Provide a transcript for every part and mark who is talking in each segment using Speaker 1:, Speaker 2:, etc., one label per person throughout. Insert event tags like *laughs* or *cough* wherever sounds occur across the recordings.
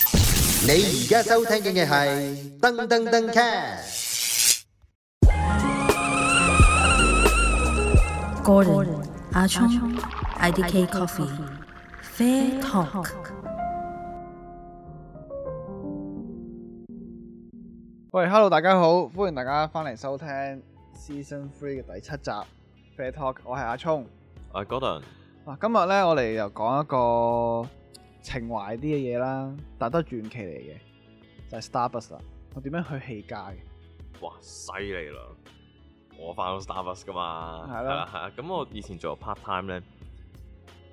Speaker 1: 你而家收聽嘅係噔噔噔 cast。
Speaker 2: Gordon 阿聰 IDK Coffee Fair Talk。
Speaker 3: 喂，Hello，大家好，歡迎大家翻嚟收聽 Season Three 嘅第七集 Fair Talk，我係阿聰。
Speaker 4: 啊，Gordon，
Speaker 3: 嗱，今日咧我哋又講一個情懷啲嘅嘢啦，但都係傳奇嚟嘅，就係、Starbucks 啦。我點樣去氣價嘅？
Speaker 4: 哇，犀利啦！我翻到 Starbucks 噶嘛，
Speaker 3: 係咯
Speaker 4: 係啦係啦。咁我以前做 part time 咧，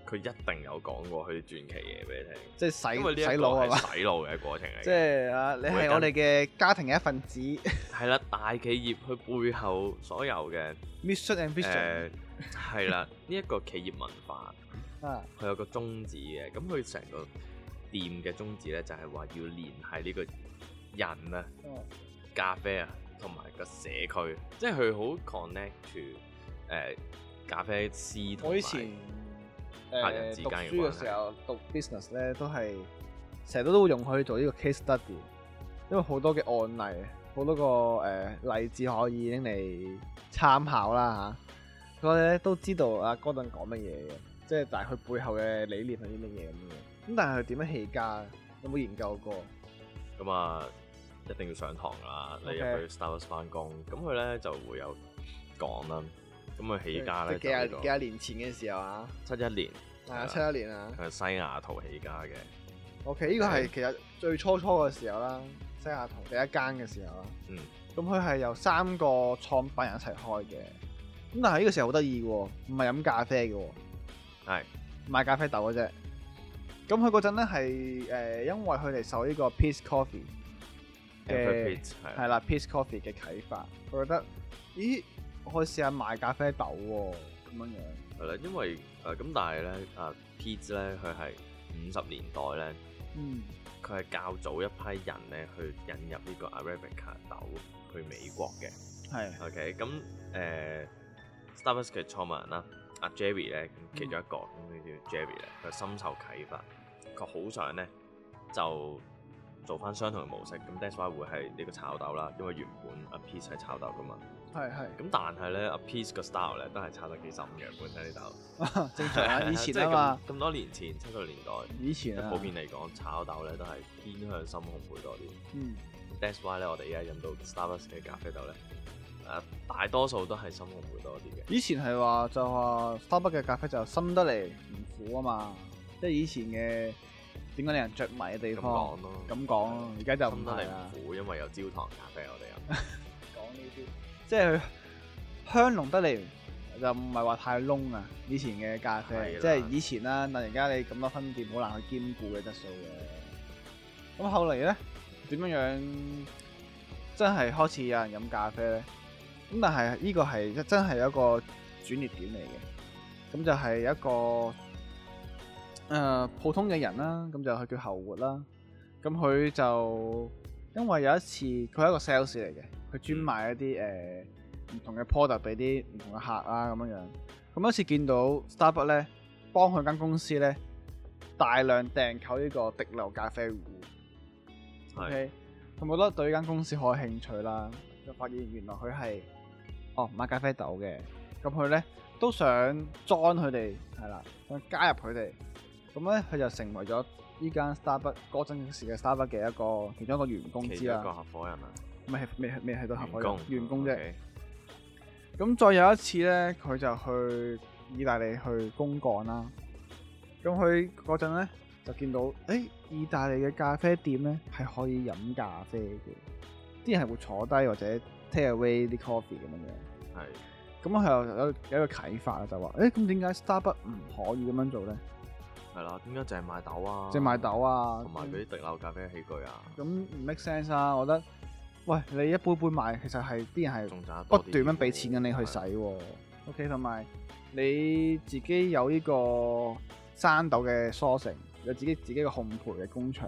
Speaker 4: 佢一定有講過佢啲傳奇嘢俾你
Speaker 3: 即係洗
Speaker 4: 聽，因為呢
Speaker 3: 洗
Speaker 4: 一個
Speaker 3: 腦係
Speaker 4: 係
Speaker 3: 嘛？
Speaker 4: 洗腦嘅過程嚟嘅。
Speaker 3: 即係啊，你係我哋嘅家庭嘅一份子 *laughs*
Speaker 4: 係啦，大企業佢背後所有嘅
Speaker 3: ，mission and vision
Speaker 4: 誒係啦，呢一個企業文化，
Speaker 3: 啊，
Speaker 4: 佢有個宗旨嘅。咁佢成個店嘅宗旨咧，就係話要聯繫呢個人啊。
Speaker 3: 哦
Speaker 4: 咖啡啊，同埋個社區，即係佢好 connect to 誒、咖啡師同
Speaker 3: 我
Speaker 4: 埋
Speaker 3: 以前
Speaker 4: 客人
Speaker 3: 誒
Speaker 4: 之
Speaker 3: 呃讀
Speaker 4: 間嘅
Speaker 3: 書嘅
Speaker 4: 關係
Speaker 3: 時候讀 business 咧，都係成日都會用佢做呢個 case study，因為好多嘅案例，好多個誒、例子可以拎嚟參考啦嚇。我哋咧都知道阿哥頓講乜嘢嘅，即係但係佢背後嘅理念係啲乜嘢咁樣。咁但係佢點樣起家？有冇研究過？
Speaker 4: 咁啊，一定要上堂㗎啦。你
Speaker 3: OK
Speaker 4: 入去 Starbucks 翻工，咁佢咧就會有講啦。咁佢起家咧
Speaker 3: 即係幾廿
Speaker 4: 就
Speaker 3: 幾廿年前嘅時候啊，
Speaker 4: 七一年，
Speaker 3: 係
Speaker 4: 係
Speaker 3: 啊
Speaker 4: 啊
Speaker 3: 七一年啊。
Speaker 4: 佢係西雅圖起家嘅。
Speaker 3: OK，呢個係
Speaker 4: 係啊
Speaker 3: 其實最初初嘅時候啦，西雅圖第一間嘅時候啦。
Speaker 4: 嗯，
Speaker 3: 咁佢係由三個創辦人一齊開嘅。咁但係呢個時候好得意嘅喎，唔係飲咖啡嘅喎，
Speaker 4: 係
Speaker 3: 賣咖啡豆嘅啫。咁佢嗰陣咧係誒，呃因為佢哋受呢個 Peace Coffee
Speaker 4: Alfred
Speaker 3: 嘅
Speaker 4: Pitt
Speaker 3: 係
Speaker 4: 係啊
Speaker 3: 啦 Peace Coffee 嘅啟發，佢覺得咦，我可以試下賣咖啡豆喎咁樣樣。
Speaker 4: 係啦，因為誒咁、但係咧啊 Pitt 咧佢係五十年代咧，
Speaker 3: 嗯，
Speaker 4: 佢係較早一批人咧去引入呢個 Arabica 豆去美國嘅。
Speaker 3: 係
Speaker 4: OK，咁誒、呃 Starbucks 嘅創辦人啦，阿 Jerry 咧，咁
Speaker 3: 嗯
Speaker 4: 其中一個咁佢叫 Jerry 咧，佢深受啟發，佢好想咧就做翻相同嘅模式，咁 that's why 會係呢個炒豆啦，因為原本阿 Piece 係炒豆噶嘛，
Speaker 3: 係係。
Speaker 4: 咁但係咧阿 Piece 個 style 咧都係炒得幾深嘅，本身啲豆，
Speaker 3: *laughs* 正常啊，以
Speaker 4: *laughs* 即
Speaker 3: 前啊
Speaker 4: 係咁
Speaker 3: 嘛，
Speaker 4: 咁多年前七十年代，
Speaker 3: 以
Speaker 4: 即
Speaker 3: 前
Speaker 4: 係
Speaker 3: 啊
Speaker 4: 普，遍嚟講炒豆咧都係偏向深烘焙多啲。
Speaker 3: 嗯，
Speaker 4: That's why 咧，我哋而家飲到 Starbucks 嘅咖啡豆咧，誒、大多數都係深烘焙多啲嘅。
Speaker 3: 以前係話就話 Starbucks 嘅咖啡就深得嚟唔苦啊嘛，即係以前嘅點解令人着迷嘅地
Speaker 4: 咁
Speaker 3: 方
Speaker 4: 講。咯，
Speaker 3: 哦咁講咯，而家就唔
Speaker 4: 深得
Speaker 3: 係啊
Speaker 4: 嚟
Speaker 3: 啦
Speaker 4: 唔。苦，因為有焦糖咖啡我
Speaker 3: *laughs*
Speaker 4: 哋飲。
Speaker 3: 講呢啲，即係佢香濃得嚟就唔係話太燶啊。以前嘅咖
Speaker 4: 係
Speaker 3: 啡，
Speaker 4: 啦
Speaker 3: 即係以前啦，但而家你咁多分店好難去兼顧嘅質素嘅。咁後嚟咧點樣樣真係開始有人飲咖啡咧？咁但係呢個係真係有一個轉捩點嚟嘅。咁就係一個誒、呃普通嘅人啦，咁就佢叫侯活啦。咁佢就因為有一次佢係一個 sales 嚟嘅，佢專賣一
Speaker 4: 嗯
Speaker 3: 啲誒唔同嘅 product 俾啲唔同嘅客啦咁樣樣。咁有一次見到 Starbucks 咧，幫佢間公司咧大量訂購呢個滴流咖啡壺
Speaker 4: 係
Speaker 3: ，OK，咁我覺得對呢間公司好有興趣啦。就發現原來佢係哦賣咖啡豆嘅，咁佢咧都想 join 佢哋係啦，想加入佢哋。咁咧佢就成為咗呢間 Starbucks 嗰陣時嘅 Starbucks 嘅一個其中一個員工
Speaker 4: 其
Speaker 3: 之
Speaker 4: 中一
Speaker 3: 啦
Speaker 4: 個。合夥人啊，
Speaker 3: 未係未係未係到合夥
Speaker 4: 員工
Speaker 3: 人，員工啫。
Speaker 4: OK，
Speaker 3: 咁再有一次咧，佢就去意大利去公幹啦。咁佢嗰陣咧就見到，誒、意大利嘅咖啡店咧係可以飲咖啡嘅，啲人係會坐低或者 take away 啲 coffee 咁樣樣。
Speaker 4: 係
Speaker 3: 咁佢又有有一個啟發啦，就話，誒咁點解 Starbucks 唔可以咁樣做咧？
Speaker 4: 係啦，點解淨係賣豆啊？
Speaker 3: 即係賣豆啊，
Speaker 4: 同埋嗰啲滴漏咖啡器具啊，
Speaker 3: 咁唔 make sense 啊！我覺得，喂，你一杯杯賣，其實係啲人係
Speaker 4: 仲賺得
Speaker 3: 不
Speaker 4: 多
Speaker 3: 斷
Speaker 4: 啲
Speaker 3: 咁俾錢緊你去使
Speaker 4: 係
Speaker 3: 喎。OK，同埋你自己有呢個生豆嘅梳成，有自己自己嘅烘焙嘅工場，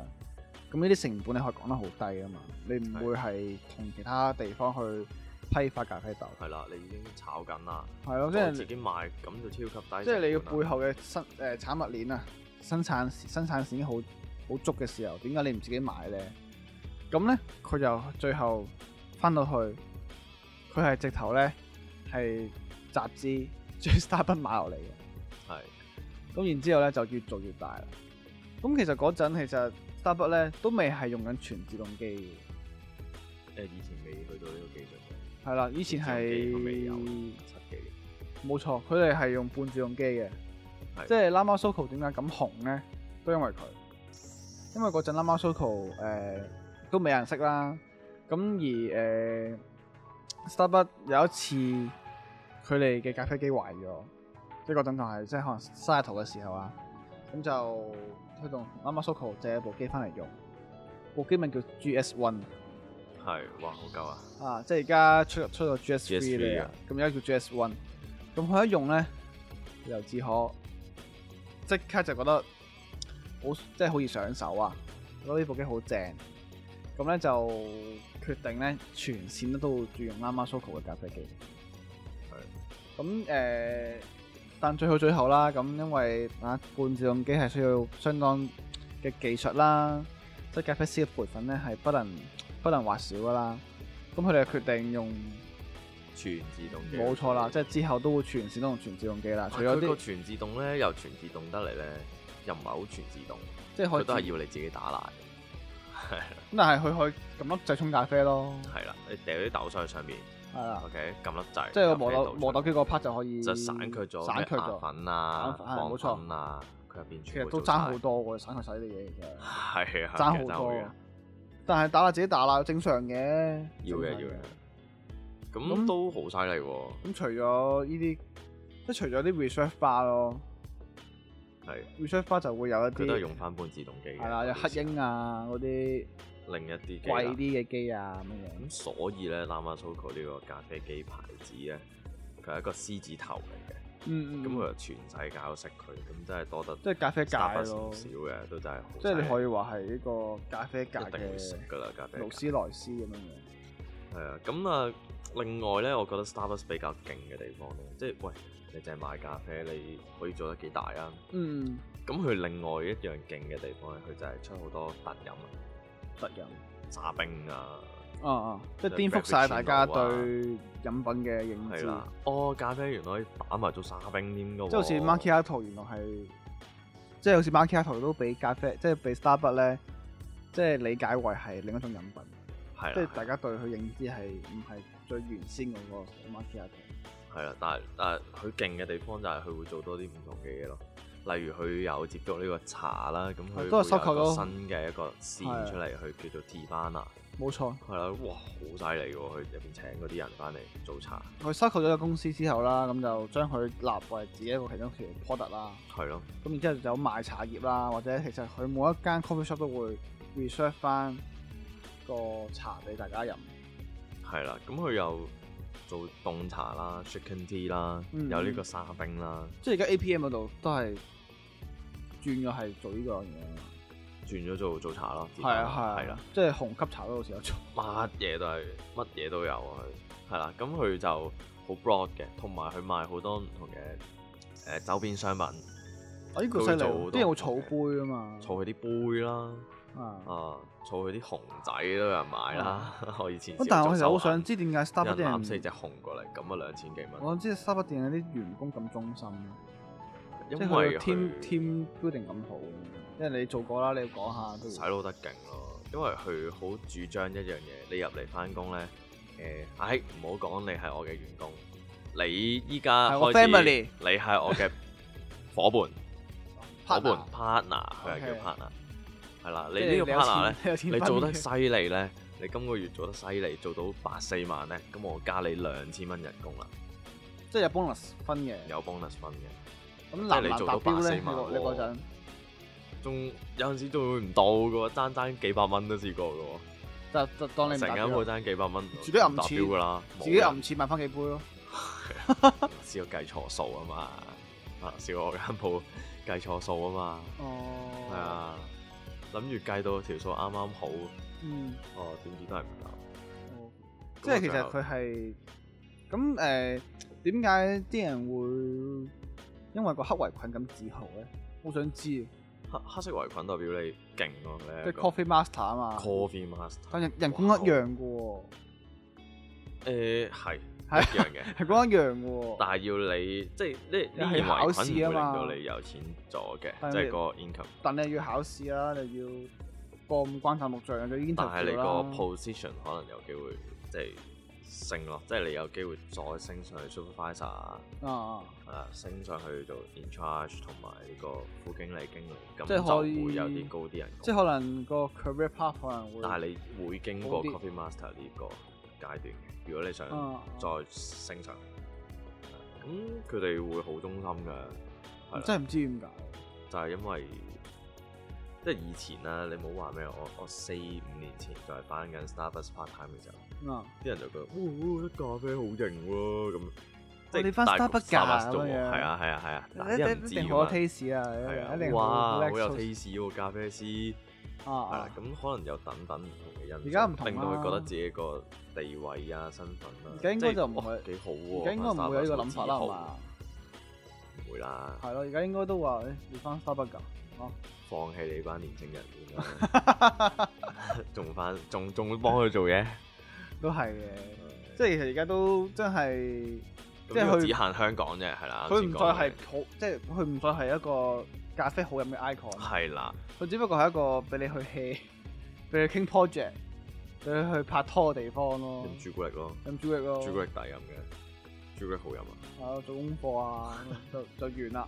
Speaker 3: 咁呢啲成本你可以講得好低啊嘛。你唔會係同其他地方去批發咖啡豆，
Speaker 4: 係啦，你已經炒緊啦，哦
Speaker 3: 係咯，即
Speaker 4: 再自
Speaker 3: 係
Speaker 4: 己賣咁就超級低成本啦。
Speaker 3: 即係你嘅背後嘅生誒產物鏈啊，生產生產線已經好好足嘅時候，點解你唔自己買呢？咁呢，佢就最後翻到去，佢係直頭呢，係集資將 *laughs* Starbucks 買落嚟嘅。
Speaker 4: 係
Speaker 3: 咁然之後咧就越做越大啦。咁其實嗰陣其實 Starbucks 咧都未係用緊全自動機嘅，
Speaker 4: 誒以前未去到呢個技術嘅，
Speaker 3: 係啦，以前
Speaker 4: 自動機佢未有
Speaker 3: 係
Speaker 4: 七幾，
Speaker 3: 冇錯，佢哋係用半自動機嘅，
Speaker 4: 係
Speaker 3: 即係 Lama Soco 點解咁紅咧？都因為佢，因為嗰陣 Lama Soco 誒、都未有人識啦。咁而誒、Starbucks 有一次佢哋嘅咖啡機壞咗，即係嗰陣仲係即係可能沙頭嘅時候啊，咁就佢同 Lama Soco 借部機翻嚟用，部機名叫 GS One。
Speaker 4: 係哇好夠啊！
Speaker 3: 啊，即係而家出出咗 GS Three
Speaker 4: GS3
Speaker 3: 嚟啊
Speaker 4: 啊，
Speaker 3: 咁而家叫 GS One，咁佢一用咧，由自可即刻就覺得好，即係好易上手啊！覺得呢部機好正，咁咧就決定咧全線咧都會轉用 Lama Soco 嘅咖啡機。咁誒、呃但最好最後啦，咁因為啊半自動機係需要相當嘅技術啦，即係咖啡師嘅培訓咧係不能不能話少噶啦。咁佢哋就決定用
Speaker 4: 啊全自動嘅，
Speaker 3: 冇錯啦，即係之後都會全線都用全自動機啦，除
Speaker 4: 啊佢
Speaker 3: 咗
Speaker 4: 個
Speaker 3: 啲
Speaker 4: 全自動咧，又全自動得嚟咧，又唔係好全自動，
Speaker 3: 即係可
Speaker 4: 佢
Speaker 3: 以
Speaker 4: 都係
Speaker 3: 咁，
Speaker 4: 要你自己打爛嘅，
Speaker 3: 但係佢可以撳粒掣沖咖啡咯，
Speaker 4: 係啦，你掉啲豆水去上面
Speaker 3: 係啦，
Speaker 4: ，OK，撳粒掣，
Speaker 3: 啊即係個
Speaker 4: 咖啡
Speaker 3: 磨
Speaker 4: 豆
Speaker 3: 豆
Speaker 4: 出
Speaker 3: 磨豆機個 part 就可以
Speaker 4: 就散佢咗，
Speaker 3: 散佢
Speaker 4: 咩
Speaker 3: 咗
Speaker 4: 眼，粉啊
Speaker 3: 散，粉係冇錯
Speaker 4: 黃粉啊，佢入邊
Speaker 3: 其
Speaker 4: 全
Speaker 3: 實
Speaker 4: 部
Speaker 3: 都
Speaker 4: 做
Speaker 3: 爭
Speaker 4: 晒
Speaker 3: 好，多喎，散佢晒啲嘢其實。
Speaker 4: 係啊，
Speaker 3: 爭
Speaker 4: 其實
Speaker 3: 好多
Speaker 4: 嘅。
Speaker 3: 但係打下自己打啦，正常嘅。
Speaker 4: 要嘅
Speaker 3: 正常
Speaker 4: 要嘅。
Speaker 3: 咁
Speaker 4: 咁都好犀利喎，
Speaker 3: 咁除咗呢啲，即係除咗啲 reserve bar 咯
Speaker 4: 係
Speaker 3: ，reserve bar 就會有一
Speaker 4: 佢都係
Speaker 3: 啲
Speaker 4: 用翻半自動機嘅。
Speaker 3: 係啦，有黑鷹
Speaker 4: 啊，
Speaker 3: 啊嗰啲
Speaker 4: 另一啲機啦
Speaker 3: 貴啲。嘅機啊咁樣。
Speaker 4: 咁所以咧，Lama Soco 呢個咖啡機牌子咧，佢係一個獅子頭嚟嘅，
Speaker 3: 嗯嗯。
Speaker 4: 咁
Speaker 3: 咁
Speaker 4: 佢就全世界都識佢，咁真係多得
Speaker 3: 即係咖啡界
Speaker 4: Starbucks
Speaker 3: 咯
Speaker 4: 唔，少嘅，都真係好犀利。
Speaker 3: 即係你可以話係呢個咖啡界
Speaker 4: 一定會識
Speaker 3: 嘅
Speaker 4: 㗎啦，咖啡
Speaker 3: 勞
Speaker 4: 界
Speaker 3: 斯萊斯咁樣樣。
Speaker 4: 係啊，咁啊，另外咧，我覺得 Starbucks 比較勁嘅地方咧，即係喂，你淨係賣咖啡，你可以做得幾大啊？
Speaker 3: 嗯，
Speaker 4: 咁佢另外一樣勁嘅地方咧，佢就係出好多特飲啊，
Speaker 3: 特飲。
Speaker 4: 沙冰啊，
Speaker 3: 啊啊！嗯即係顛
Speaker 4: 即係
Speaker 3: 覆晒
Speaker 4: Frappuccino
Speaker 3: 大家對
Speaker 4: 啊
Speaker 3: 飲品嘅認知，
Speaker 4: 係
Speaker 3: 即
Speaker 4: 啦，哦，咖啡原來可以打埋做沙冰添㗎喎，
Speaker 3: 嗯係好似 Macchiato 原來係，即係好似 Macchiato 都俾咖啡，即係俾 Starbucks 咧，即係理解為係另一種飲品。
Speaker 4: 係啦，
Speaker 3: 即係大家對佢認知係唔係最原先嗰個 Macchiato？
Speaker 4: 係啦，但係但係佢勁嘅地方就係佢會做多啲唔同嘅嘢咯，例如佢有接觸呢個茶啦，咁佢
Speaker 3: 都係
Speaker 4: 會
Speaker 3: 收購
Speaker 4: 有一個
Speaker 3: 咗
Speaker 4: 新嘅一個
Speaker 3: 係啊
Speaker 4: 線出嚟，佢叫做 T 班啊，
Speaker 3: 冇錯，
Speaker 4: 係啦，哇，好犀利喎！佢入邊請嗰啲人翻嚟做茶，
Speaker 3: 佢收購咗個公司之後啦，咁就將佢立為自己一個其中一條 product 啦。
Speaker 4: 係咯，
Speaker 3: 咁然之後就有賣茶葉啦，或者其實佢每一間 coffee shop 都會 reserve 翻個茶俾大家飲。
Speaker 4: 係啦，咁佢又做凍茶啦、chicken tea 啦，
Speaker 3: 嗯
Speaker 4: 有呢個沙冰啦，
Speaker 3: 即係而家 APM 嗰度都係轉咗係做呢個嘢。
Speaker 4: 轉咗做做茶咯，
Speaker 3: 係啊係啊，
Speaker 4: 係啦。
Speaker 3: 即係紅級茶都好似有做。
Speaker 4: 乜嘢都係，乜嘢都有啊！佢係啦，咁佢就好 broad 嘅，同埋佢賣好多唔同嘅誒、呃周邊商品，
Speaker 3: 啊，呢個
Speaker 4: 佢
Speaker 3: 犀
Speaker 4: 會
Speaker 3: 利
Speaker 4: 做好
Speaker 3: 喎，
Speaker 4: 多
Speaker 3: 啲人會儲杯啊嘛。
Speaker 4: 儲佢啲杯啦，
Speaker 3: 啊！
Speaker 4: 啊，儲佢啲熊仔都有人買啦。 *laughs* 我以前
Speaker 3: 咁嗯但係我其實
Speaker 4: 實
Speaker 3: 好想知點解 Starbucks 啲
Speaker 4: 人攬
Speaker 3: 人
Speaker 4: 四隻熊過嚟，咁啊兩千幾蚊，
Speaker 3: 我知 Starbucks 店有啲員工咁忠心，即係
Speaker 4: 因
Speaker 3: 佢
Speaker 4: 為
Speaker 3: 個 team
Speaker 4: 佢
Speaker 3: team building 咁好，因為你做過啦，你要講下都
Speaker 4: 洗腦得勁咯，因為佢好主張一樣嘢，你入嚟翻工咧，誒、唉唔好講你係我嘅員工，你依家
Speaker 3: 係我
Speaker 4: 開始
Speaker 3: family
Speaker 4: 你係我
Speaker 3: *laughs*
Speaker 4: 嘅伙伴。伙伴
Speaker 3: partner
Speaker 4: partner，佢係叫
Speaker 3: OK
Speaker 4: partner，係啦。
Speaker 3: 即係
Speaker 4: 你呢個
Speaker 3: 有 *laughs*
Speaker 4: partner 咧，
Speaker 3: 錢有錢
Speaker 4: 你
Speaker 3: 分
Speaker 4: 做
Speaker 3: 嘅
Speaker 4: 得犀利咧，你今個月做得犀利，做到八四萬咧，咁我加你兩千蚊人工啦，
Speaker 3: 即係有 bonus 分嘅，
Speaker 4: 有 bonus 分嘅，
Speaker 3: 咁難
Speaker 4: 即係
Speaker 3: 難
Speaker 4: 你
Speaker 3: 達
Speaker 4: 做到
Speaker 3: 標咧？
Speaker 4: 84
Speaker 3: 你嗰
Speaker 4: 萬
Speaker 3: 你嗰
Speaker 4: 喎
Speaker 3: 陣
Speaker 4: 仲有陣時仲會唔到嘅喎，爭爭幾百蚊都試過嘅
Speaker 3: 就就當你
Speaker 4: 喎，
Speaker 3: 唔
Speaker 4: 成
Speaker 3: 達
Speaker 4: 間鋪
Speaker 3: 標，啊
Speaker 4: 爭幾百蚊，
Speaker 3: 自己揞
Speaker 4: 唔達
Speaker 3: 錢
Speaker 4: 標㗎啦，
Speaker 3: 自己
Speaker 4: 冇
Speaker 3: 揞錢買翻幾杯咯。
Speaker 4: 人試過計錯數啊嘛，啊試過我間鋪計錯數啊嘛，
Speaker 3: 哦，
Speaker 4: 係，啊，諗住計到條數啱啱好，
Speaker 3: 嗯，
Speaker 4: 哦點知都係唔夠。
Speaker 3: 哦
Speaker 4: 啊
Speaker 3: 即係其實佢係咁誒，點解啲人會因為個黑圍裙咁自豪咧？好想知啊，
Speaker 4: 黑黑色圍裙代表你勁咯，你係一
Speaker 3: 即係
Speaker 4: 個
Speaker 3: coffee master 啊嘛。
Speaker 4: coffee master。
Speaker 3: 但人人工一樣嘅喎，
Speaker 4: 誒呃係
Speaker 3: 係啊
Speaker 4: 一樣
Speaker 3: *laughs*
Speaker 4: 嘅，
Speaker 3: 人工一樣嘅喎。
Speaker 4: 但係要你即係呢呢
Speaker 3: 又係
Speaker 4: 件
Speaker 3: 考
Speaker 4: 圍裙唔會
Speaker 3: 試啊
Speaker 4: 令
Speaker 3: 嘛
Speaker 4: 到你有錢咗嘅，
Speaker 3: 但係啊
Speaker 4: 即係
Speaker 3: 你
Speaker 4: 嗰個 income。
Speaker 3: 但你又要考試啦，你要過五關斬六將，你已經
Speaker 4: 但係你個
Speaker 3: 個
Speaker 4: position 可能有機會即係升咯，即係你有機會再升上去 supervisor 啊，
Speaker 3: 啊，
Speaker 4: 啊升上去做 in charge 同埋呢個副經理經理，咁
Speaker 3: 即係
Speaker 4: 就
Speaker 3: 可以
Speaker 4: 會有啲高啲人工。
Speaker 3: 即係可能個 career path 可能會。
Speaker 4: 但係你會經過
Speaker 3: 高啲
Speaker 4: coffee master 呢個階段嘅，如果你想
Speaker 3: 啊
Speaker 4: 再升上去，咁佢哋會好忠心㗎，係啦
Speaker 3: 真係唔知點解。
Speaker 4: 就係因為即係以前啦，你冇話咩，我我四五年前就係翻緊 Starbucks part time 嘅時候，
Speaker 3: 啊，
Speaker 4: 啲人就覺得，哇，啲哦咖啡好型喎，咁
Speaker 3: 哦你返
Speaker 4: 大
Speaker 3: Starbucks 㗎
Speaker 4: ，Starbucks 做
Speaker 3: 咁樣
Speaker 4: 係啊係啊係啊，但啲人唔
Speaker 3: 一
Speaker 4: 知
Speaker 3: 定
Speaker 4: 㗎
Speaker 3: 好
Speaker 4: 嘛，
Speaker 3: 有 taste
Speaker 4: 係
Speaker 3: 啊，一
Speaker 4: 啊，
Speaker 3: 定
Speaker 4: 哇，好
Speaker 3: relax
Speaker 4: 有 taste 喎，咖啡師。係啦
Speaker 3: 啊，，
Speaker 4: 咁可能有等等唔同嘅因素，
Speaker 3: 而家唔同啦
Speaker 4: 令到佢覺得自己個地位啊、身份啊，
Speaker 3: 而家應該
Speaker 4: 即係
Speaker 3: 就唔
Speaker 4: 哇
Speaker 3: 係
Speaker 4: 幾好喎，
Speaker 3: 而家應該唔會有呢個諗法啦，
Speaker 4: 反
Speaker 3: 係
Speaker 4: 而
Speaker 3: 嘛？
Speaker 4: 唔會啦，
Speaker 3: 係咯，而家應該都話誒，你翻 Starbucks 㗎
Speaker 4: 放棄你班年青人先啦， *laughs* 仲翻仲仲幫佢做嘢，
Speaker 3: 都係嘅，
Speaker 4: 嗯
Speaker 3: 即係其實而家都真係。
Speaker 4: 即
Speaker 3: 即係
Speaker 4: 係
Speaker 3: 佢
Speaker 4: 只限香港啫，係啦，
Speaker 3: 佢唔
Speaker 4: 先
Speaker 3: 再
Speaker 4: 講
Speaker 3: 係好，即係佢唔再係一個咖啡好飲嘅 icon，
Speaker 4: 係啦，
Speaker 3: 佢只不過係一個俾你去 hea、俾 *laughs* 你傾 project、俾你去拍拖嘅地方咯，
Speaker 4: 飲朱古力咯，
Speaker 3: 飲朱古力咯，
Speaker 4: 朱古力抵飲嘅，朱古力好飲啊。
Speaker 3: 啊做功課啊，就就完啦。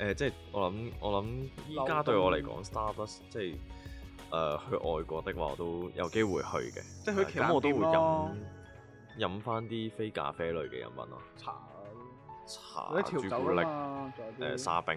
Speaker 4: 誒、即係我諗，我諗依家對我嚟講，Starbucks 即係誒、去外國的話，我都有機會去嘅。
Speaker 3: 即係去
Speaker 4: 誒
Speaker 3: 旗艦
Speaker 4: 咁，我都會
Speaker 3: 店咯
Speaker 4: 飲飲翻啲非咖啡類嘅飲品咯，
Speaker 3: 茶
Speaker 4: 茶
Speaker 3: 有、啲
Speaker 4: 朱
Speaker 3: 調
Speaker 4: 古
Speaker 3: 酒
Speaker 4: 力、
Speaker 3: 啊
Speaker 4: 誒、
Speaker 3: 嘛，仲有啲。
Speaker 4: 沙冰。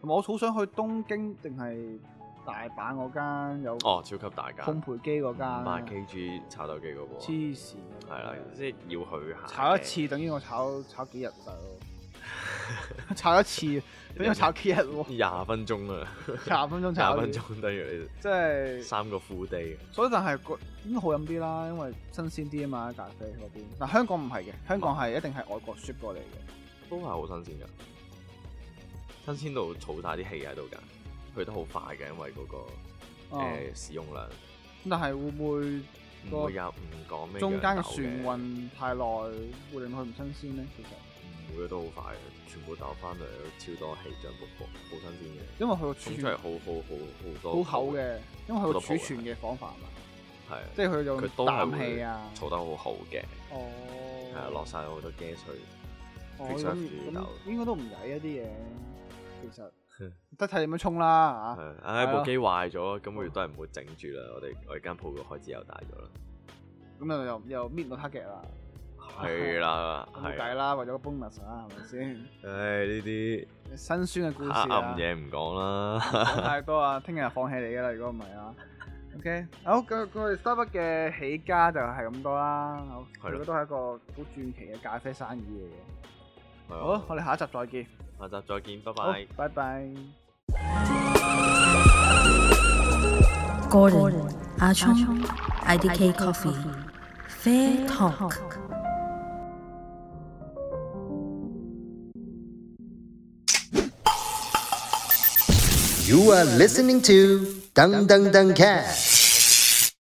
Speaker 3: 同埋我好想去東京定係大阪嗰間有
Speaker 4: 哦，超級大間，
Speaker 3: 烘焙機嗰間
Speaker 4: 五百
Speaker 3: 啊，
Speaker 4: kg 炒豆機嗰個，
Speaker 3: 黐線啊。
Speaker 4: 係啦，即係要去下嘅。
Speaker 3: 炒一次等於我炒炒幾日大佬， *laughs* 炒一
Speaker 4: *laughs*
Speaker 3: 次等於我炒幾日喎。
Speaker 4: 廿分鐘啊，
Speaker 3: 廿分鐘炒
Speaker 4: 廿
Speaker 3: 一
Speaker 4: 分
Speaker 3: 次，
Speaker 4: 鐘等於
Speaker 3: 即
Speaker 4: 你
Speaker 3: 係，
Speaker 4: 三個 full day 嘅。
Speaker 3: 所以但係個應該好飲啲啦，因為新鮮啲啊嘛，咖啡嗰邊。嗱香港唔係嘅，香港係一定係外國 ship 過嚟嘅，
Speaker 4: 都係好新鮮㗎，新鮮到儲晒啲氣喺度㗎，去得好快嘅，因為嗰、個、
Speaker 3: 哦
Speaker 4: 呃使用量
Speaker 3: 咁但係會唔
Speaker 4: 唔會有唔講
Speaker 3: 會
Speaker 4: 咩
Speaker 3: 中間
Speaker 4: 嘅
Speaker 3: 嘅船運太耐，會令佢唔新鮮咧？其實，
Speaker 4: 唔會都好快嘅，全部打翻嚟都超多氣象瀑布，好新鮮嘅，
Speaker 3: 因為佢個
Speaker 4: 沖出嚟
Speaker 3: 儲
Speaker 4: 好好好
Speaker 3: 好
Speaker 4: 好多
Speaker 3: 厚，嘅，因為佢
Speaker 4: 好
Speaker 3: 個
Speaker 4: 多泡嘅
Speaker 3: 儲存嘅方法嘛，
Speaker 4: 係
Speaker 3: 即係佢用
Speaker 4: 佢都係
Speaker 3: 氮
Speaker 4: 會
Speaker 3: 氣啊，
Speaker 4: 儲得好好嘅，
Speaker 3: 哦，
Speaker 4: 係啊落晒好多 gas 去，
Speaker 3: 哦
Speaker 4: preserve
Speaker 3: 咁
Speaker 4: 住豆
Speaker 3: 咁應該都唔曳一啲嘢，
Speaker 4: *laughs*
Speaker 3: 其實得睇點樣沖啦嚇。
Speaker 4: 係唉
Speaker 3: 係啊
Speaker 4: 部機壞咗，咁我哋都係唔會整住啦，我哋我哋間鋪嘅開支又大
Speaker 3: *laughs*
Speaker 4: 咗啦，
Speaker 3: 咁又又又搣到黑嘅啦，
Speaker 4: 係啦，
Speaker 3: 啊咁冇
Speaker 4: 係
Speaker 3: 計
Speaker 4: 啊，
Speaker 3: 啦，為咗個 bonus 啦，係咪先？
Speaker 4: *laughs* 唉呢啲。
Speaker 3: 辛酸嘅故事
Speaker 4: 黑暗
Speaker 3: 啊，
Speaker 4: 嘢唔講啦，
Speaker 3: 講太多啊，聽日放棄你噶啦，如果唔
Speaker 4: *laughs*
Speaker 3: 係啊。OK，好，咁咁我哋 Starbucks 嘅起家就係咁多啦。好，我
Speaker 4: 係咯
Speaker 3: 覺得都係一個好傳奇嘅咖啡生意嚟嘅。好，我
Speaker 4: 好，
Speaker 3: 哋下一集再見。
Speaker 4: *laughs* 下集再見，拜
Speaker 3: 好
Speaker 4: 拜。，
Speaker 3: 拜拜。
Speaker 2: Gordon, Achong, IDK Coffee, Fair Talk.
Speaker 1: You are listening to Dung Dung Dung Cat.